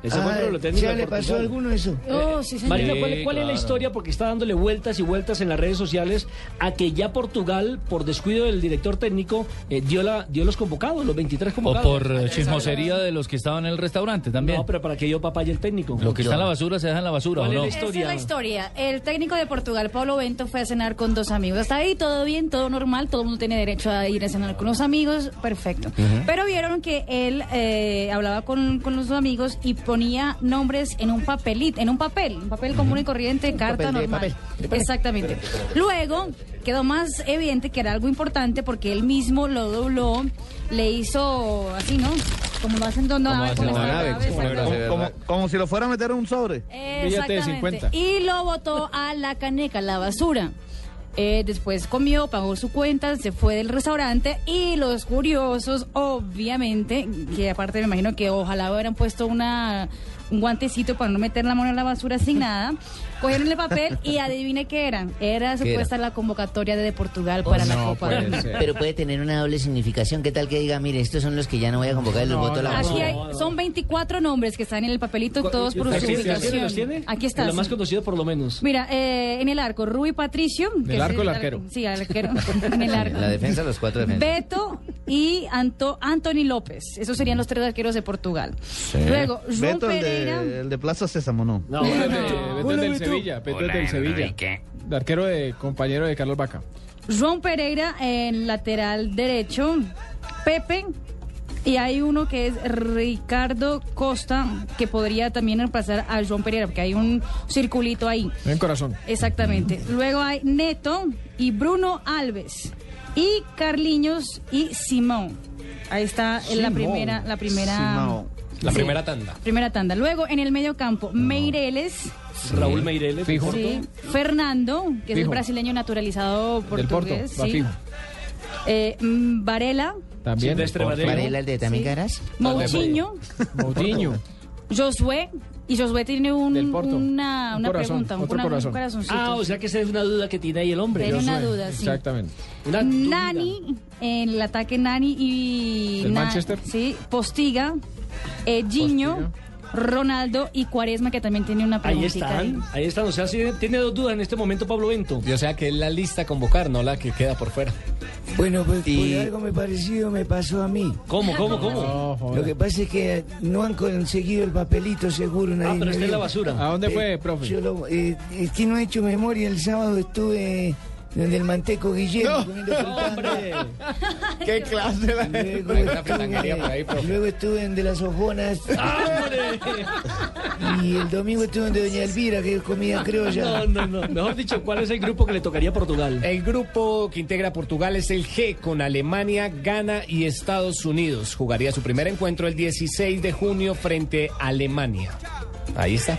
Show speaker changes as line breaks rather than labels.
Ese fue el
Ah,
problema
¿Ya
del
le pasó a
Portugal.
alguno eso?
Oh, sí, señor.
Marina, ¿cuál,
Sí,
cuál es la
claro.
historia? Porque está dándole vueltas y vueltas en las redes sociales a que ya Portugal, por descuido del director técnico, eh, dio, la, dio los convocados, los 23
O
convocados.
por eh, chismosería de los que estaban en el restaurante también.
No, pero para que dio papaya el técnico.
Lo que está en la basura se deja en la basura, ¿o
¿Cuál
no?
es la
Esa es la historia. El técnico de Portugal, Pablo Bento, fue a cenar con dos amigos. Está ahí todo bien, todo normal, todo el mundo tiene derecho a ir a cenar con los amigos, perfecto. Pero vieron que él eh, hablaba con, con los amigos y ponía nombres en un papelito, en un papel, un papel común y corriente, carta
papel de
normal.
papel, de papel.
Exactamente. Luego quedó más evidente que era algo importante porque él mismo lo dobló, le hizo así, ¿no? Como lo hacen donde
Como hacen
esta
Donave,
grave,
como
exacto.
lo hacen.
Como, como- como si lo fuera a meter en un sobre.
Exactamente.
Billete de 50.
Y lo botó a la caneca, a la basura. Eh, después comió, pagó su cuenta, se fue del restaurante y los curiosos, obviamente, que aparte me imagino que ojalá hubieran puesto una, un guantecito para no meter la mano en la basura sin nada, cogieron el papel y adivine qué era. Era supuesta la convocatoria de Portugal
Oh,
para la Copa
pues.
del Mundo.
Pero puede tener una doble significación. ¿Qué tal que diga, mire, estos son los que ya no voy a convocar y los voto a la
Aquí
basura?
hay, son 24 nombres que están en el papelito, todos por
¿Los
su
tiene? ¿Los tiene? ¿Los tiene?
ubicación. Aquí está.
Lo más
sí.
conocido por lo menos.
Mira, eh, en el arco, Rui Patricio. que es
arco el arquero?
Sí, el arquero. en el arco.
La defensa, los cuatro defensas.
Beto y Anto, Anthony López. Esos serían los tres arqueros de Portugal. Luego, João
Beto, el
Pereira.
de, el de Plaza Sésamo, no.
No,
del Sevilla, del Sevilla. Arquero de compañero de Carlos Vaca.
João Pereira en lateral derecho. Pepe. Y hay uno que es Ricardo Costa, que podría también pasar a João Pereira, porque hay un circulito ahí.
En corazón.
Exactamente. Luego hay Neto y Bruno Alves y Carliños y Simón. Ahí está en la
Simón.
primera, la primera,
Simón.
la primera tanda. Primera tanda. Luego en el medio campo, Meireles,
Raúl Meireles.
sí, Fernando, que es un brasileño naturalizado portugués, sí. Eh, mm, Varela,
También. Silvestre Varela.
Varela, el de también caras.
Moutinho,
Moutinho.
Josué. Y Josué tiene un-
Del Porto.
una,
Un
una
corazón,
pregunta, un,
otro
una- un
corazón.
corazoncito.
Ah, o sea que esa es una duda que tiene ahí el hombre.
Tiene una duda, sí.
Una duda.
Nani, en el ataque Nani y...
¿Del
Na-
Manchester?
Sí, Postiga, eh, Giño, Ronaldo y Cuaresma, que también tiene una
Ahí
preguntita.
están, ahí están. O sea, sí, tiene dos dudas en este momento Pablo Bento.
Y o sea que es la lista a convocar, no la que queda por fuera.
Bueno, pues por
Y-
algo me parecido me pasó a mí.
¿Cómo, cómo, cómo?
Lo que pasa es que no han conseguido el papelito seguro.
ah,
nadie
pero
me
está en la
dio.
basura.
dónde
Eh, yo lo- eh, es que no he hecho memoria. El sábado estuve donde el manteco Guillermo. comiendo fritangas.
¡Hombre!
¿Qué clase la
Luego
Una fritanguería por ahí,
estuve,
profe.
luego estuve en De las Ojonas
¡Hombre!
y el domingo estuve en de Doña Elvira, que es comida criolla.
No, no, no. Mejor dicho, ¿cuál es el grupo que le tocaría a Portugal?
El grupo que integra Portugal es el G con Alemania, Ghana y Estados Unidos. Jugaría su primer encuentro el 16 de junio frente a Alemania. Ahí está.